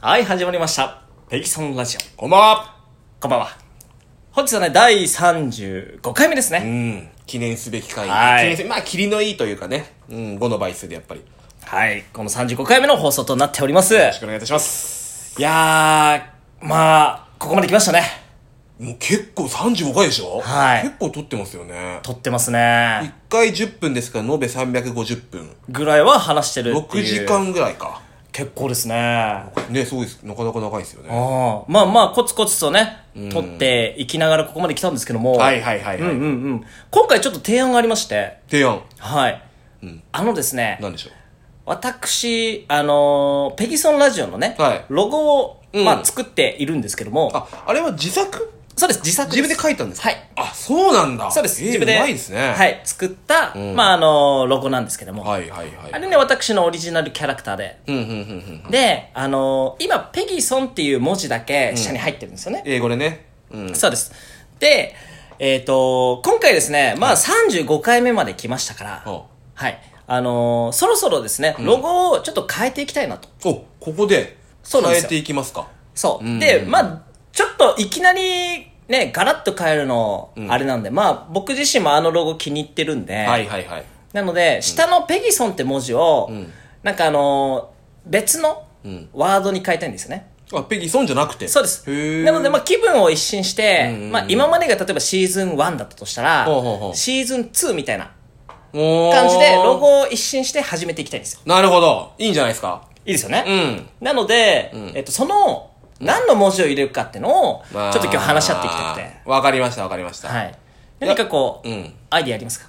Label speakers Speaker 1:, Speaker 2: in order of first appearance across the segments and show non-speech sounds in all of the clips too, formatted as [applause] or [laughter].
Speaker 1: はい、始まりました。ペギソンラジオ。
Speaker 2: こんばんは。
Speaker 1: こんばんは。本日はね、第35回目です
Speaker 2: う
Speaker 1: ね。
Speaker 2: ん。記念すべき回。
Speaker 1: はい
Speaker 2: 記念すべまあ、霧のいいというかね。うん、5の倍数でやっぱり。よろ
Speaker 1: はい、この35回目の放送となっております。い
Speaker 2: しくお願いいたします。
Speaker 1: やー、まあ、ここまで来ましたね。
Speaker 2: もう結構35回でしょ
Speaker 1: はい
Speaker 2: 結構撮ってますよね。
Speaker 1: 撮ってます
Speaker 2: 1
Speaker 1: ね。
Speaker 2: 回10分ですから、延べ350分。
Speaker 1: ぐらいは話してるって
Speaker 2: 6
Speaker 1: いう。
Speaker 2: 時。間ぐらいか。
Speaker 1: 結構ですね。
Speaker 2: ね、すごいです。なかなか長いですよね。
Speaker 1: あーまあまあ、コツコツとね、撮っていきながらここまで来たんですけども。
Speaker 2: はいはいはい
Speaker 1: う
Speaker 2: はい。
Speaker 1: んうんうん。今回ちょっと提案がありまして。
Speaker 2: 提案。
Speaker 1: はい。あのですね。
Speaker 2: なんでしょう
Speaker 1: 私、あのーペギソンラジオのね、
Speaker 2: はい
Speaker 1: ロゴを、
Speaker 2: うん
Speaker 1: まあ、作っているんですけども、
Speaker 2: あ、あれは自作
Speaker 1: そうです、自作です。
Speaker 2: 自分で書いたんですか
Speaker 1: はい。
Speaker 2: あ、そうなんだ。
Speaker 1: そうです、
Speaker 2: えー
Speaker 1: 自分で。
Speaker 2: うまいですね。
Speaker 1: は。い、作った、まあ、あのーロゴなんですけども、
Speaker 2: はいはいはい。
Speaker 1: あれね、私のオリジナルキャラクターで、
Speaker 2: うんうんうんうん。
Speaker 1: で、あのー今、ペギソンっていう文字だけ下に入ってるんですよね。
Speaker 2: 英語でね。うん。
Speaker 1: そうです。で、えっ、と、今回ですね、まあ、35回目まで来ましたから、
Speaker 2: あ
Speaker 1: はい、あのーそろそろですね、ロゴをちょっと変えていきたいなと。
Speaker 2: お、ここで、
Speaker 1: そうなん
Speaker 2: 変
Speaker 1: で
Speaker 2: え
Speaker 1: すよ
Speaker 2: ていきますか。
Speaker 1: そう。
Speaker 2: ん
Speaker 1: で、まあ、ちょっといきなり、ね、ガラッと変えるの、あれなんで、まあ、僕自身もあのロゴ気に入ってるんで、
Speaker 2: はいはいはい。
Speaker 1: なので、下のペギソンって文字を、なんかあのー別のワードに変えたいんですよね。
Speaker 2: あ、ペギソンじゃなくて。
Speaker 1: そうです。
Speaker 2: へー
Speaker 1: なので、まあ、気分を一新して、
Speaker 2: んうん
Speaker 1: まあ、今までが例えばシーズン1だったとしたら、
Speaker 2: ほうほうほう
Speaker 1: シーズン2みたいな
Speaker 2: おー
Speaker 1: 感じで、ロ。ゴを一新して始めていきたいんですよ。
Speaker 2: なるほど。いいんじゃないですか。
Speaker 1: いいですよね。
Speaker 2: うん。
Speaker 1: なので、えっと、その、何の文字を入れるかってのを、ちょっと今日話し合っていきたくて。
Speaker 2: て。わかりましたわかりました。
Speaker 1: はい。何かこう、
Speaker 2: うん
Speaker 1: アイディアありますか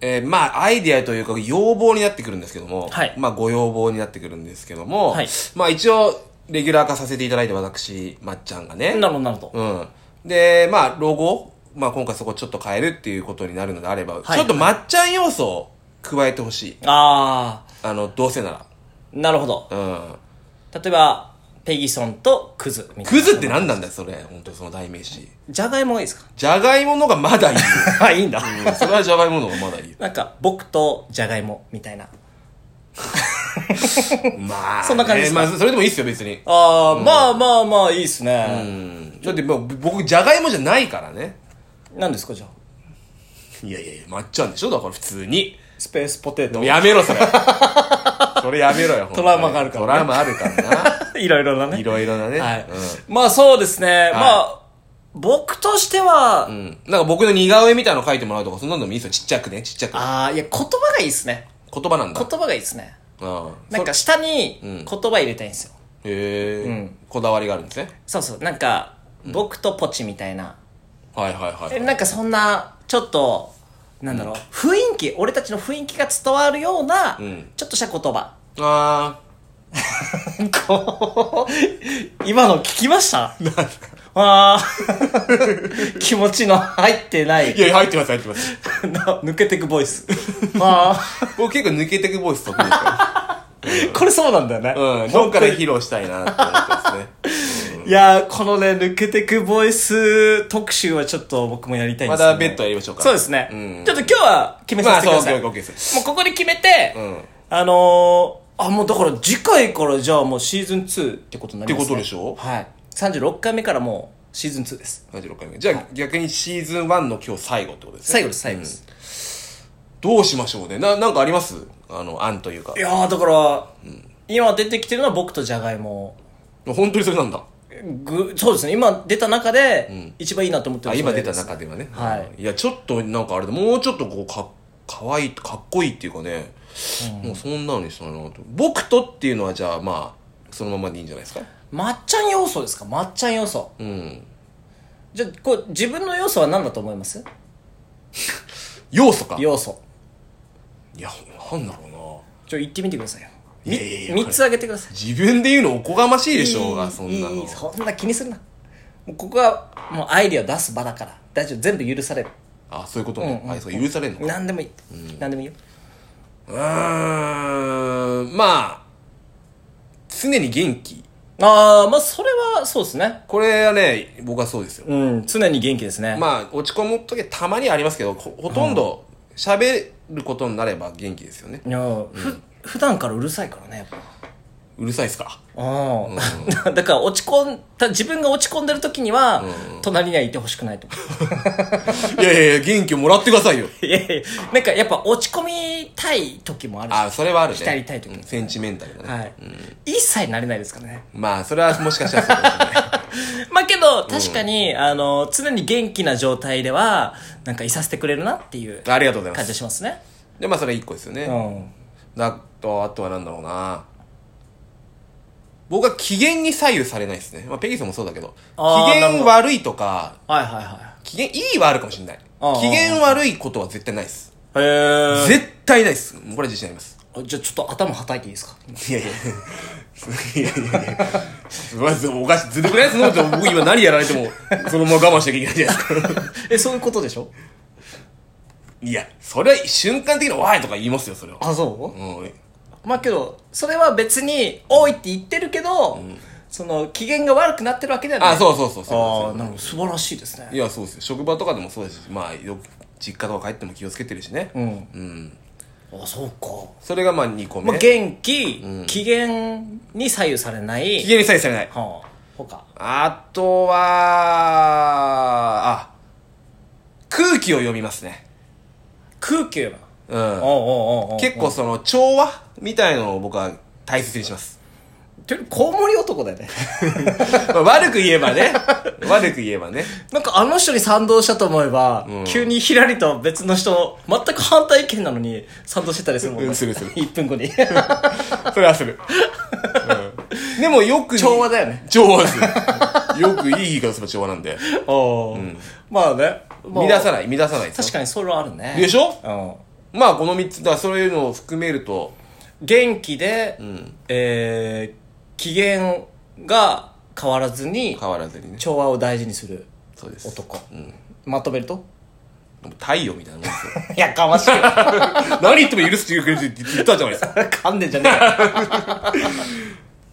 Speaker 2: えーまあ、アイディアというか、要望になってくるんですけども、
Speaker 1: はい
Speaker 2: まあ、ご要望になってくるんですけども、
Speaker 1: はい
Speaker 2: まあ、一応、レギュラー化させていただいて、私、まっちゃんがね。
Speaker 1: なるほど、なるほど。
Speaker 2: うん。で、まあ、ロゴ、まあ、今回そこちょっと変えるっていうことになるのであれば、
Speaker 1: はい
Speaker 2: ちょっとまっちゃん要素を加えてほしい。
Speaker 1: あ
Speaker 2: あの、どうせな
Speaker 1: ー、なるほど。
Speaker 2: ら。うん。
Speaker 1: 例えば、ペギソンとクズみたいな。
Speaker 2: クズって何なんだよ、それ。本当その代名詞。
Speaker 1: じゃがいもがいいですか
Speaker 2: じゃがいものがまだいいよ。
Speaker 1: [laughs] あ、いいんだ。
Speaker 2: うんそれはじゃがいものがまだいいよ。
Speaker 1: なんか、僕とじゃがいもみたいな。
Speaker 2: [laughs] まあ、
Speaker 1: そんな感じですか
Speaker 2: ねまあ、それでもいいっすよ、別に。
Speaker 1: あー、まあまあまあ、いいっす
Speaker 2: う
Speaker 1: ね。
Speaker 2: ん。だって、まあ、僕、じゃがいもじゃないからね。
Speaker 1: 何ですか、じゃあ。
Speaker 2: いやいやいや、まっちゃんでしょだから普通に。
Speaker 1: スペースポテト。
Speaker 2: やめろ、それ。 [laughs] それやめろよ、
Speaker 1: トラウマがあるからね
Speaker 2: トラウマある [laughs] から
Speaker 1: [laughs] いろいろな
Speaker 2: な。
Speaker 1: ね。
Speaker 2: いろいろなね。
Speaker 1: はい
Speaker 2: うん。
Speaker 1: まあそうですね。まあ、僕としては、
Speaker 2: うんなんか僕の似顔絵みたいなの書いてもらうとか、そんなのでもいいっすよ。ちっちゃくね、ちっちゃく。
Speaker 1: あー、いや、言葉がいいですね。
Speaker 2: 言葉なんだ。
Speaker 1: 言葉がいいですね。
Speaker 2: うん。
Speaker 1: なんか
Speaker 2: そ、
Speaker 1: 下に言
Speaker 2: ん
Speaker 1: 葉入れたいんですよ。
Speaker 2: へ
Speaker 1: う
Speaker 2: え
Speaker 1: ん。
Speaker 2: こだわりがあるんですね。
Speaker 1: そうそう、なんか、僕とポチみたいな。
Speaker 2: はいはいはい。
Speaker 1: えなんかそんな、ちょっと、なんだろう、雰囲気、俺たちの雰囲気が伝わるような、
Speaker 2: ん
Speaker 1: ちょっとした言葉。
Speaker 2: あ
Speaker 1: こう今の聞きましたなんか。あー気持ちの入ってない
Speaker 2: ー。い、や、入ってます、入ってます。
Speaker 1: な抜けてくボイス。あ
Speaker 2: 僕結構抜けてくボイス得意ですか
Speaker 1: ーこれそうなんだよね。
Speaker 2: ら。
Speaker 1: [laughs]
Speaker 2: うん。どっかで披露したいなって思ってますね。
Speaker 1: いやー、このね、抜けてくボイス特集はちょっと僕もやりたいんで
Speaker 2: ます
Speaker 1: けど
Speaker 2: だベッドやりましょうか。
Speaker 1: そうですね、
Speaker 2: うん
Speaker 1: ちょっと今日は決め
Speaker 2: ま
Speaker 1: さ
Speaker 2: あ、
Speaker 1: せ
Speaker 2: そ
Speaker 1: て
Speaker 2: う、
Speaker 1: く
Speaker 2: オ
Speaker 1: だ
Speaker 2: ッ
Speaker 1: さい。
Speaker 2: ケーオッケーオッケーです。
Speaker 1: もうここで決めて、
Speaker 2: うん。っ
Speaker 1: あのー、あ、もうだから次回からじゃあもうシーズン2ってことにな
Speaker 2: て
Speaker 1: りま
Speaker 2: こ
Speaker 1: す、ね。
Speaker 2: とでしょ
Speaker 1: はい。36回目からもうシーズン2です。
Speaker 2: ?36 回目。じゃあ逆にシーズン1の今日最後ってことですね。
Speaker 1: 最後です、最後です。
Speaker 2: どうしましょうね。な、なんかありますあの、案というか
Speaker 1: い。やー、だから、今出てきてるのは僕とじゃがいも。
Speaker 2: 本当にそれなんだ。
Speaker 1: ぐそうですね、今出た中で、一番いいなと思ってる
Speaker 2: あ、
Speaker 1: のは
Speaker 2: 今
Speaker 1: それ
Speaker 2: 出
Speaker 1: で
Speaker 2: た
Speaker 1: す
Speaker 2: 中ではね。
Speaker 1: はい
Speaker 2: いや、ちょっとなんかあれだ。もうちょっとこう、か、かわいい、かっこいいっていうかね。もうそんなのにしたいなと。僕とっていうのはじゃあまあ、そのままでいいんじゃないですか。
Speaker 1: まっちゃん要素ですか、まっちゃん要素。
Speaker 2: うん。
Speaker 1: じゃあ、こう、自分の要素は何だと思います
Speaker 2: 要素か。
Speaker 1: 要素。
Speaker 2: いや、なんだろ
Speaker 1: ちょ、言ってみてくださいよ。
Speaker 2: うな。いやいやいや
Speaker 1: 3つあげてください。
Speaker 2: 自分で言うのおこがましいでしょう
Speaker 1: い
Speaker 2: が、
Speaker 1: い
Speaker 2: そんない
Speaker 1: いい
Speaker 2: の
Speaker 1: い。そんな気にするなもうここはもうアイディアを出す場だから大丈夫全部許される
Speaker 2: あ、そういうこと
Speaker 1: うん
Speaker 2: ね
Speaker 1: う。ん
Speaker 2: はい、そう許されるのか。
Speaker 1: 何でもいい、何でもいいよ
Speaker 2: うーん、まあ、常に元気。
Speaker 1: ああまあそれはそうですね
Speaker 2: これはね、僕はそうですよ。
Speaker 1: うん常に元気ですね、
Speaker 2: まあ、落ち込む時たまにありますけど、ほほとんど喋ることになれば元気ですよね。
Speaker 1: いやふ普段からうるさいからねやっぱ
Speaker 2: うるさいっすか
Speaker 1: うん、 [laughs] だから落ち込んだ自分が落ち込んでる時には、隣にはいてほしくないと思
Speaker 2: いやいやいや、元気をもらってくださいよ。
Speaker 1: ういやいやなんかやっぱ落ち込みたい時もあるし
Speaker 2: あ、それはあるね。
Speaker 1: 浸りたい時
Speaker 2: うんセンチメンタルだね。
Speaker 1: はい一切なれないですからね
Speaker 2: まあ、それはもしかしたらそうかもしれな
Speaker 1: [laughs]
Speaker 2: い。
Speaker 1: まあけど確かに、あの常に元気な状態ではなんかいさせてくれるなっていう
Speaker 2: ありがとうございま [laughs]
Speaker 1: 感じ
Speaker 2: す。
Speaker 1: がしますね
Speaker 2: で、まあ、それ一個ですよね。
Speaker 1: うん
Speaker 2: だと、あとはなんだろうな。僕は機嫌に左右されないですね。まあ、ペギーさんもそうだけど。
Speaker 1: あー
Speaker 2: 機
Speaker 1: なるほ
Speaker 2: 嫌
Speaker 1: ど
Speaker 2: 悪いとか、
Speaker 1: はいはいは
Speaker 2: 機嫌、いいはあるかもしれない
Speaker 1: あ。ー
Speaker 2: 機嫌悪いことは絶対ないです。
Speaker 1: いへ
Speaker 2: 絶対ないです。もうこれは自信あります。
Speaker 1: えじゃあちょっと頭はたいていいですか
Speaker 2: いやいや。 [laughs] いやいやいや。まずおかしい。ずるくないですのって僕今何やられても、そのまま我慢しなきゃいけないじゃないです
Speaker 1: [laughs]
Speaker 2: か。
Speaker 1: えそういうことでしょ
Speaker 2: いや、それは瞬間的に、わーいとか言いますよ、それは。
Speaker 1: あそう
Speaker 2: うん。
Speaker 1: まあけど、それは別に、多いって言ってるけど、その、機嫌が悪くなってるわけではない。
Speaker 2: あ、そうそうそうそう。
Speaker 1: あーなるほど。素晴らしいです
Speaker 2: い
Speaker 1: ね。
Speaker 2: や、そうですよ。職場とかでもそうですし、まあ、よ実家とか帰っても気をつけてるしね。
Speaker 1: うん。
Speaker 2: うん。
Speaker 1: あ、そうか。
Speaker 2: それがまあ2個目。
Speaker 1: まあ、元気、機嫌に左右されない。
Speaker 2: 機嫌に左右されない。
Speaker 1: はあ、他。
Speaker 2: あとは、あ、空気を読みますね。
Speaker 1: 空気よな。
Speaker 2: うん。
Speaker 1: おうおうおうおう
Speaker 2: 結構その調和みたいのを僕は大切にします。 [laughs]
Speaker 1: ていうよりコウモリ男だよね。 [laughs]
Speaker 2: まあ悪く言えばね。悪く言えばね。
Speaker 1: なんかあの人に賛同したと思えば、
Speaker 2: うん
Speaker 1: 急にひらりと別の人、全く反対意見なのに賛同してたりするもんね。
Speaker 2: うんするする
Speaker 1: 1分後
Speaker 2: [laughs]
Speaker 1: に。
Speaker 2: それはする。うんでもよく。
Speaker 1: 調和だよね。
Speaker 2: 調和ですよ。よくいい言い方すれば調和なんで。
Speaker 1: おうまあね。まあ
Speaker 2: 乱さない、乱さないですよ
Speaker 1: 確かにそれはあるね。
Speaker 2: でしょ
Speaker 1: うん。
Speaker 2: まあこの3つだそういうのを含めると
Speaker 1: 元気で、えー、機嫌が変わらずに、
Speaker 2: 変わらずにね
Speaker 1: 調和を大事にする
Speaker 2: そうです
Speaker 1: 男。
Speaker 2: うん
Speaker 1: まとめると [laughs]
Speaker 2: 太陽みたいなもんですよ
Speaker 1: やかましいよ。
Speaker 2: [laughs] 何言っても許してくれるって言ったじゃないです [laughs] か
Speaker 1: 噛んでんじゃねえよ。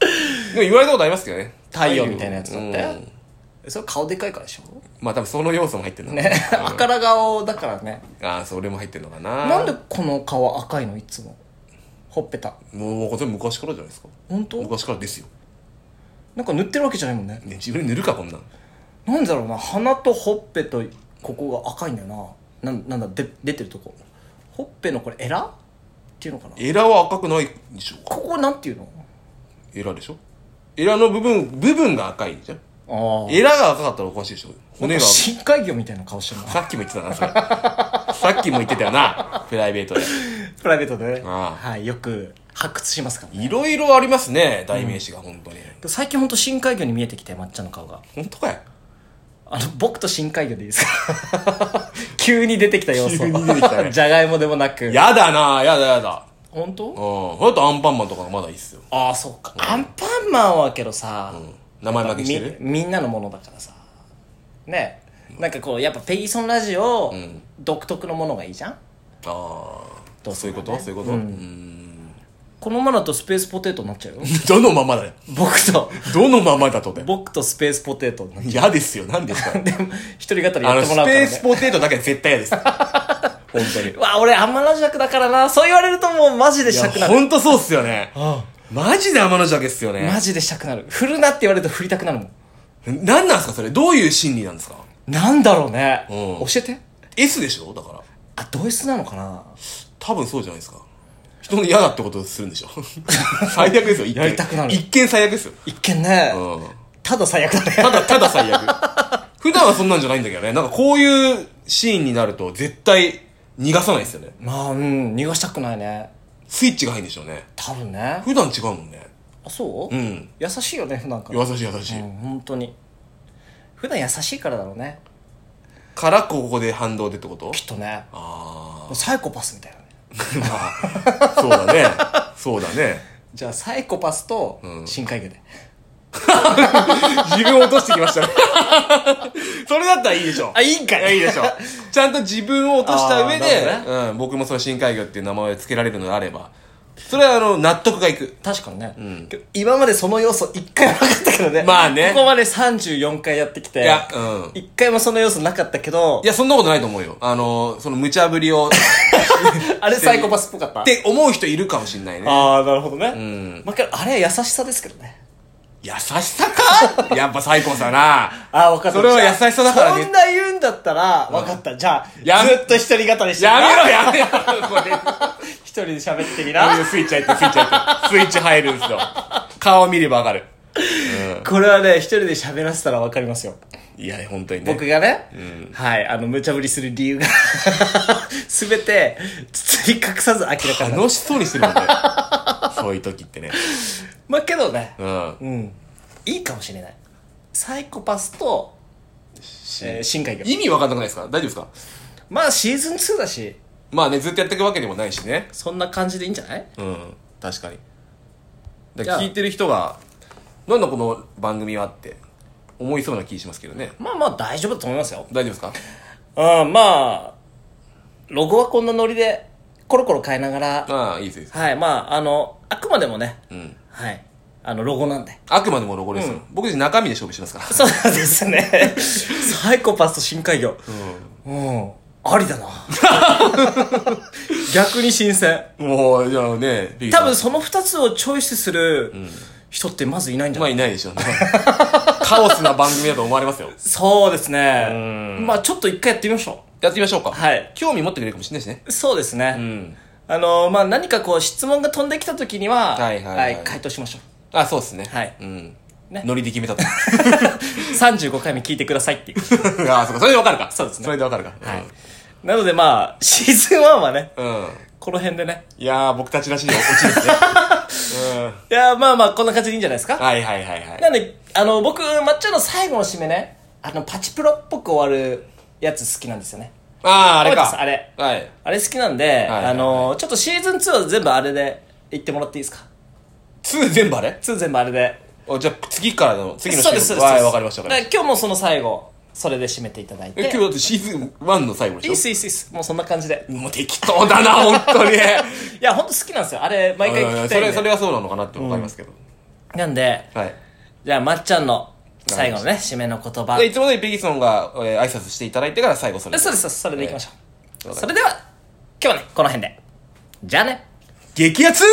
Speaker 2: でも言われたことありますけどね
Speaker 1: 太陽みたいなやつだっ
Speaker 2: う
Speaker 1: て
Speaker 2: ん。
Speaker 1: それ顔でかいからでしょ
Speaker 2: まあ多分その要素も入ってるの
Speaker 1: ね。 [laughs] あから顔だからね。
Speaker 2: [laughs] ああそれも入ってるのかな
Speaker 1: なんでこの顔赤いのいつも。ほっぺた。
Speaker 2: もうそれ昔からじゃないですか
Speaker 1: 本当
Speaker 2: 昔からですよ、
Speaker 1: なんか塗ってるわけじゃないもんね。
Speaker 2: ね、自分で塗るかこんなん
Speaker 1: なんだろうな鼻とほっぺとここが赤いんだよななんなんだで出てるとこほっぺのこれエラっていうのかな
Speaker 2: エラは赤くないでしょうか
Speaker 1: ここなんていうの
Speaker 2: エラでしょエラの部分部分が赤いじゃん
Speaker 1: あ
Speaker 2: エラが赤かったらおかしいでしょ骨が
Speaker 1: 深海魚みたいな顔 [laughs] してるな
Speaker 2: さっきも言ってたなそれ [laughs] さっきも言ってたよなプライベートで
Speaker 1: プライベートでね
Speaker 2: ああ
Speaker 1: はいよく発掘しますからね
Speaker 2: いろいろありますね、代名詞が本当に。
Speaker 1: 最近ほんと深海魚に見えてきて抹茶の顔が
Speaker 2: 本当かよ。
Speaker 1: あの僕と深海魚でいいですか [laughs] 急に出てきた要素
Speaker 2: 急に出てきたね
Speaker 1: じゃがいもでもなく
Speaker 2: やだなやだやだ。
Speaker 1: 本当
Speaker 2: うん。あとアンパンマンとかまだいいっすよ。
Speaker 1: ああそうかアンパンマンはけどさ、
Speaker 2: うん。名前負けしてる
Speaker 1: みみんなのものだからさねなんかこうやっぱペギソンラジオ、
Speaker 2: ん
Speaker 1: 独特のものがいいじゃん
Speaker 2: あ
Speaker 1: ど
Speaker 2: あ。
Speaker 1: うす
Speaker 2: そう
Speaker 1: る
Speaker 2: いう
Speaker 1: かね
Speaker 2: ことそういうこと
Speaker 1: う
Speaker 2: うんーん。
Speaker 1: このままだとスペースポテトになっちゃうよ
Speaker 2: どのままだよ。
Speaker 1: 僕と
Speaker 2: どのままだとだよ。
Speaker 1: 僕とスペースポテトになっちゃ
Speaker 2: 嫌ですよ。何ですか
Speaker 1: うでも一人語りやってもら
Speaker 2: あの、
Speaker 1: う
Speaker 2: ス
Speaker 1: から
Speaker 2: ペース
Speaker 1: ね
Speaker 2: ポテトだけは絶対嫌です。本当に。
Speaker 1: うわ俺天の弱だからなそう言われるともうマジで
Speaker 2: い
Speaker 1: し
Speaker 2: や
Speaker 1: たくなる
Speaker 2: 本当そうっすよね。マジで天の邪気っすよ
Speaker 1: マ
Speaker 2: ね。
Speaker 1: ジでしたくなる振るなって言われると振りたくなるもん
Speaker 2: 何なんすかそれどういう心理なんですか
Speaker 1: なんだろうね、
Speaker 2: うん
Speaker 1: 教えて
Speaker 2: ?S でしょだから。
Speaker 1: あドイツなのかな
Speaker 2: 多分そうじゃないですか人の嫌だってことをするんでしょ [laughs] 最悪ですよ一見
Speaker 1: やりたくなる
Speaker 2: 一見最悪ですよ、
Speaker 1: 一見ね、
Speaker 2: うん、
Speaker 1: ただ最悪だね [laughs]
Speaker 2: ただただ最悪 [laughs] 普段はそんなんじゃないんだけどねなんかこういうシーンになると絶対逃がさないですよね
Speaker 1: まあうん逃がしたくないね
Speaker 2: スイッチが入るんでしょうね
Speaker 1: 多分ね
Speaker 2: 普段違うもんね
Speaker 1: あそう
Speaker 2: う
Speaker 1: うん優しいよね普段から
Speaker 2: 優しい優しい、
Speaker 1: うん本当に普段優しいからだろうね
Speaker 2: からここで反動でってこと
Speaker 1: きっとね
Speaker 2: あ
Speaker 1: サイコパスみたいなね
Speaker 2: あまあ [laughs] そうだねそうだね
Speaker 1: じゃあサイコパスと深海魚で、
Speaker 2: 自分を落としてきましたね [laughs] それだったらいいでしょ
Speaker 1: あいいんか
Speaker 2: いや
Speaker 1: い
Speaker 2: いいでしょちゃんと自分を落とした上で、
Speaker 1: あーなる
Speaker 2: うん、僕もその深海魚っていう名前を付けられるのであればそれはあの納得がいく
Speaker 1: 確かにね、けど今までその要素一回もなかったけどね
Speaker 2: まあね
Speaker 1: ここまで34回やってき
Speaker 2: い
Speaker 1: て
Speaker 2: やうん
Speaker 1: 一回もその要素なかったけど
Speaker 2: いやそんなことないと思うよあのその無茶ぶりを [laughs] っ
Speaker 1: あれサイコパスっぽかった
Speaker 2: て思う人いるかもしんないね
Speaker 1: ああなるほどね、
Speaker 2: ん
Speaker 1: まあ、けどあれは優しさですけどね
Speaker 2: 優しさかやっぱ最高だな
Speaker 1: ああ分かった
Speaker 2: それは優しさだからね
Speaker 1: そんな言うんだったら分かった、じゃあ
Speaker 2: やめ
Speaker 1: ずっと一人語りして
Speaker 2: [laughs] やめろやめろこれ
Speaker 1: 一人で喋ってみ
Speaker 2: あ
Speaker 1: な
Speaker 2: スイッチ入ってスイッチ入ってスイッチ入るんですよ顔見ればわかる
Speaker 1: これはね一人で喋らせたら分かりますよ
Speaker 2: いや本当にね
Speaker 1: 僕がね、はいあの無茶ぶりする理由が [laughs] 全て包み隠さず明らかになる
Speaker 2: 楽しそうにしてるもんねそういう時ってね
Speaker 1: まあけどね
Speaker 2: うん
Speaker 1: うんいいかもしれないサイコパスと、えー、深海魚
Speaker 2: 意味わかんなくないですか大丈夫ですか
Speaker 1: まあシーズン2だし
Speaker 2: まあねずっとやっていくわけでもないしね
Speaker 1: そんな感じでいいんじゃない
Speaker 2: うん確かにだ
Speaker 1: じ
Speaker 2: か
Speaker 1: ゃあ
Speaker 2: ら聞いてる人がなんだこの番組はって思いそうな気しますけどね
Speaker 1: まあまあ大丈夫だと思いますよ
Speaker 2: 大丈夫ですか
Speaker 1: うんまあロゴはこんなノリでコロコロ変えながら
Speaker 2: ああいいですいいです
Speaker 1: はいまああのあくまでもね
Speaker 2: うん
Speaker 1: はいあのロゴなんで
Speaker 2: あくまでもロゴですよ、僕たち中身で勝負しますから
Speaker 1: そうですねサイコパスと深海魚うんありだ
Speaker 2: [laughs]
Speaker 1: な逆に新鮮
Speaker 2: うん [laughs] もうじゃあねビビさ
Speaker 1: 多
Speaker 2: ん
Speaker 1: 分その2つをチョイスする人ってまずいないんじゃ
Speaker 2: ま
Speaker 1: な
Speaker 2: あ
Speaker 1: い、
Speaker 2: いないでし [laughs] ょうねカオスな番組だと思われますよ
Speaker 1: そうですねまあちょっと一回やってみましょ
Speaker 2: やってみましょうか
Speaker 1: はい
Speaker 2: 興味持ってくれるかもしれないしね
Speaker 1: うそうですね、
Speaker 2: うん
Speaker 1: あのまあ何かこう質問が飛んできた時には
Speaker 2: はいはいはい
Speaker 1: 回答しましょう
Speaker 2: あそうですね
Speaker 1: はい
Speaker 2: うん
Speaker 1: ね
Speaker 2: ノリで決め [laughs] たと
Speaker 1: 35回目聞いてくださいっていう、
Speaker 2: ああそうかそれでわかるか
Speaker 1: そうですね
Speaker 2: それでわかるか
Speaker 1: はいなのでまあシーズン1はね
Speaker 2: うんうん
Speaker 1: この辺でね
Speaker 2: いやー僕たちらしいオチ [laughs] ですね
Speaker 1: いやまあまあこんな感じでいいんじゃないですか、
Speaker 2: うんはいはいはいはい
Speaker 1: なんであの僕抹茶の最後の締めねあのパチプロっぽく終わるやつ好きなんですよね
Speaker 2: あああれ
Speaker 1: 覚えてます
Speaker 2: か
Speaker 1: あれ
Speaker 2: はい
Speaker 1: あれ好きなんで、
Speaker 2: はいはい
Speaker 1: あのちょっとシーズン2は全部あれで言ってもらっていいですか
Speaker 2: 2全部あれ
Speaker 1: 2全部あれで
Speaker 2: あじゃあ次からの次のシ
Speaker 1: そうです
Speaker 2: ー
Speaker 1: そ
Speaker 2: ズ
Speaker 1: う
Speaker 2: ン
Speaker 1: です
Speaker 2: はいわかりましたわかり
Speaker 1: だら今日もその最後それで締めていただいて
Speaker 2: ましたえ今日だってシーズン1の最後
Speaker 1: いい
Speaker 2: で
Speaker 1: っ
Speaker 2: し
Speaker 1: すいいっすいいっすもうそんな感じで
Speaker 2: ょもう適当だ
Speaker 1: [laughs]
Speaker 2: な本当に
Speaker 1: いや、ほんと好きなんですよ。あれ、毎回聞きた
Speaker 2: そ
Speaker 1: いんで
Speaker 2: れそれはそうなのかなってわかりますけど
Speaker 1: なんで、
Speaker 2: はい
Speaker 1: じゃあ、まっちゃんの最後のね、締めの言葉。
Speaker 2: でいつも通りペギソンが、えー挨拶していただいてから最後それ
Speaker 1: そうです、それでいきましょう。
Speaker 2: わかりました
Speaker 1: それでは、今日はね、この辺で。じゃあね。
Speaker 2: 激アツ